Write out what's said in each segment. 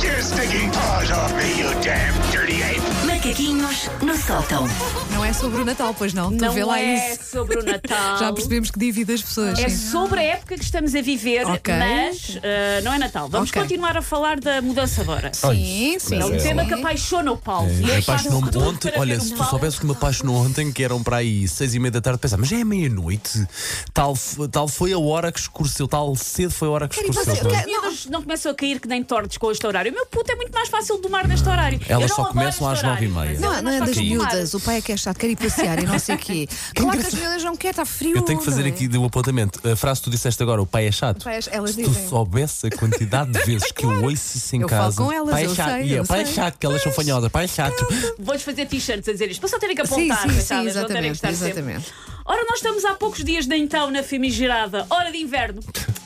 Taking paws off me, you damn dirty ape! Macaquinhos no sótão. Não é sobre o Natal, pois não. tu Não vê lá é isso. sobre o Natal. Já percebemos que divide as pessoas. É sim. sobre a época que estamos a viver, Ok. mas eh, não é Natal. Vamos Ok. continuar a falar da mudança agora. Sim, sim. É um sim. tema que apaixona o Paulo. E eu faço Eu eh, É, apaixonou-me tudo ontem. para ver Olha, o se tu Paulo. soubesses que me apaixonou ontem, que eram para aí seis e meia da tarde, pensava, mas já é meia-noite. Tal, f- tal foi a hora que escureceu, tal cedo foi a hora que escureceu. você- não é? quer- Os miúdos não começam a cair que nem tordes com este horário. O meu puto é muito mais fácil de domar neste horário. Ah. Elas Eu não só adoro começam este às nove e horário, mas meia. Não, é não é mais das fácil de domar. miúdas. O pai é que é chato, quer ir passear e não sei o quê. Claro que as miúdas não quer, está frio. Eu tenho que fazer não é? aqui de um apontamento. A frase que tu disseste agora, o pai é chato. Pai é- elas se tu dizem. soubesse a quantidade de vezes que eu ouço isso em Eu falo casa. com elas, pai é eu chato. sei, e é, eu pai é sei. chato, que elas são fanhosas. Pai é chato. Vou-lhes fazer t-shirts a dizer isto. Para só terem que Sim, apontar, sim, sim, coitadas, não terem que exatamente. estar sempre. exatamente. Ora, nós estamos há poucos dias de então na famigerada hora de inverno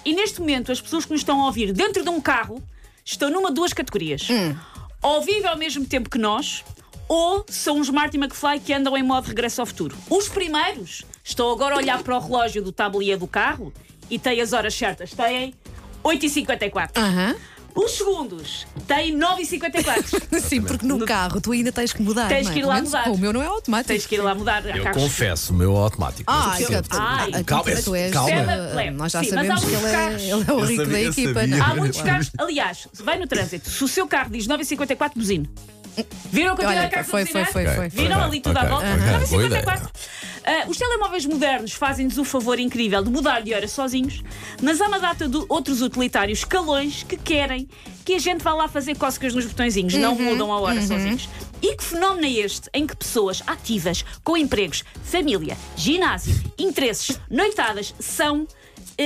e neste momento as pessoas que nos estão a ouvir dentro de um carro estão numa de duas categorias. Hum. Ou vivem ao mesmo tempo que nós ou são os Marty McFly que andam em modo regresso ao futuro. Os primeiros estão agora a olhar para o relógio do tablier do carro e têm as horas certas. Têm 8h54. Aham. Os segundos têm 9h54. Sim, porque no carro tu ainda tens que mudar. Tens não é? que ir Pelo lá menos mudar. com O meu não é automático. Tens que ir lá mudar. Há carros- Confesso, o meu é automático. mas Tá. Ah, eu percebo. capta- Ai. ah, Calma, tu és- calma. ah, Nós já Sim, mas há sabemos que muitos ele carros. é, ele é o Eu rico sabia, da eu equipa. sabia. não é? Há muitos carros. Aliás, se vai no trânsito, se o seu carro diz 9h54, buzina. Viram que eu tive Olha, a carta foi, de buzinar? foi, foi, foi. Viram Ok, ali tudo à ok, volta? ok, boa 9h54. Ah, os telemóveis modernos fazem-nos o favor incrível de mudar de hora sozinhos, mas há uma data de outros utilitários calões que querem que a gente vá lá fazer cócegas nos botõezinhos, não Uhum. mudam a hora sozinhos. E que fenómeno é este em que pessoas ativas, com empregos, família, ginásio, interesses, noitadas, são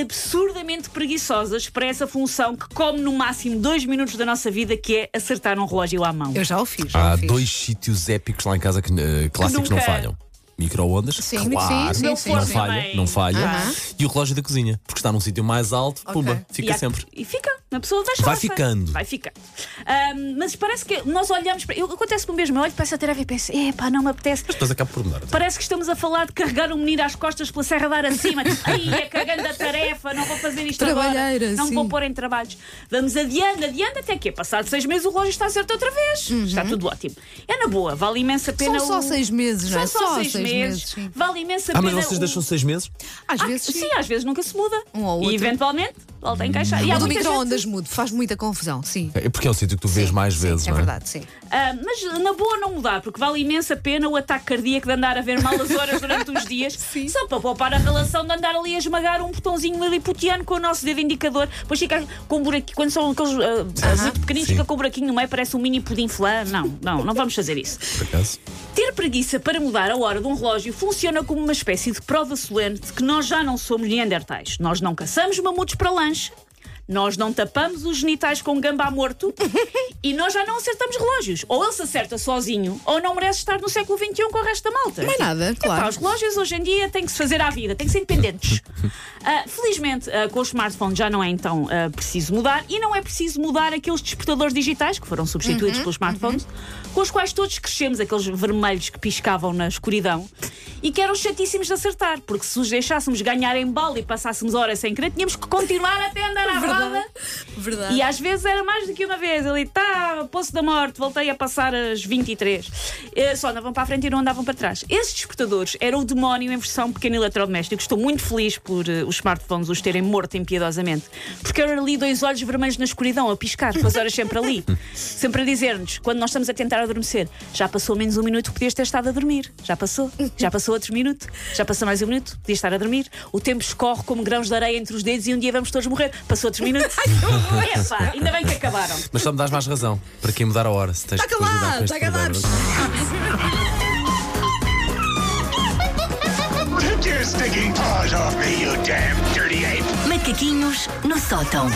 absurdamente preguiçosas para essa função que come no máximo dois minutos da nossa vida, que é acertar um relógio à mão. Eu já o fiz. já Há o fiz. dois sítios épicos lá em casa que, eh, clássicos Nunca. não falham. Microondas, Sim, claro, sim, sim, não, sim, falha, sim. não falha, Aham. E o relógio da cozinha, porque está num sítio mais alto, Ok. pumba, E fica há- sempre. E fica, a pessoa deixa Vai lá, ficando. Vai ficando. Ahm, mas parece que nós olhamos para. eu- Acontece-me o mesmo, eu olho para essa tarefa e penso: epá, não me apetece. Depois acaba por mudar. então. Parece que estamos a falar de carregar um menino às costas pela Serra da Ar acima. Tipo, Ai, é cagando a tarefa, não vou fazer isto agora. Trabalheira, Não sim. vou pôr em trabalhos. Vamos adiando, adiando, até que é passado seis meses o relógio está certo outra vez. Está tudo ótimo. É na boa, vale imensa pena. Uhum. São só o- seis meses, não São é? só, seis, sim. meses. Vale imensa Ah, pena. mas vocês o- deixam seis meses? Às Ah, vezes sim, às vezes nunca se muda. Um ao outro. E eventualmente volta a encaixar. E há O do muita gente- micro-ondas mudo, faz muita confusão, sim. É porque é o sítio que tu vês Sim, mais sim, vezes, É não é? verdade, sim. Ah, mas na boa não mudar, porque vale imensa pena o ataque cardíaco de andar a ver mal as horas durante uns dias, só para poupar a relação de andar ali a esmagar um botãozinho liliputiano com o nosso dedo indicador, depois fica com um buraquinho, quando são aqueles ah, muito pequeninos, Sim. fica com um buraquinho no meio, parece um mini pudim flan. Não, não, não vamos fazer isso. Por acaso? Ter preguiça para mudar a hora de um relógio funciona como uma espécie de prova solene de que nós já não somos neandertais. Nós não caçamos mamutos para lanche, nós não tapamos os genitais com gambá morto e nós já não acertamos relógios. Ou ele se acerta sozinho ou não merece estar no século XXI com o resto da malta. Não é nada, Pá, claro. os relógios Então, hoje em dia têm que se fazer à vida, têm que ser independentes. Ah, felizmente, ah, com o smartphone já não é então ah, preciso mudar e não é preciso mudar aqueles despertadores digitais que foram substituídos pelos smartphones, com os quais todos crescemos, aqueles vermelhos que piscavam na escuridão e que eram chatíssimos de acertar, porque se os deixássemos ganhar em bola e passássemos horas sem querer, tínhamos que continuar até andar à roda. Verdade. E às vezes era mais do que uma vez. Ali, tá, Poço da Morte, voltei a passar às 23. Eh, Só andavam para a frente e não andavam para trás. Esses despertadores eram o demónio em versão pequeno eletrodoméstico. Estou muito feliz por eh, os smartphones os terem morto impiedosamente. Porque eram ali dois olhos vermelhos na escuridão, a piscar, com as horas sempre ali. sempre a dizer-nos, quando nós estamos a tentar adormecer, já passou menos um minuto, podias ter estado a dormir. Já passou. Já passou outro minuto. Já passou mais um minuto, podias estar a dormir. O tempo escorre como grãos de areia entre os dedos e um dia vamos todos morrer. Passou outros minutos. Epá, ainda bem que acabaram. Mas só me dás mais razão para quem mudar a hora. Se tens Está que depois lidar com calado, este está calado. problema. Take your stinking paws off me, you damn dirty ape! Macaquinhos no sótão.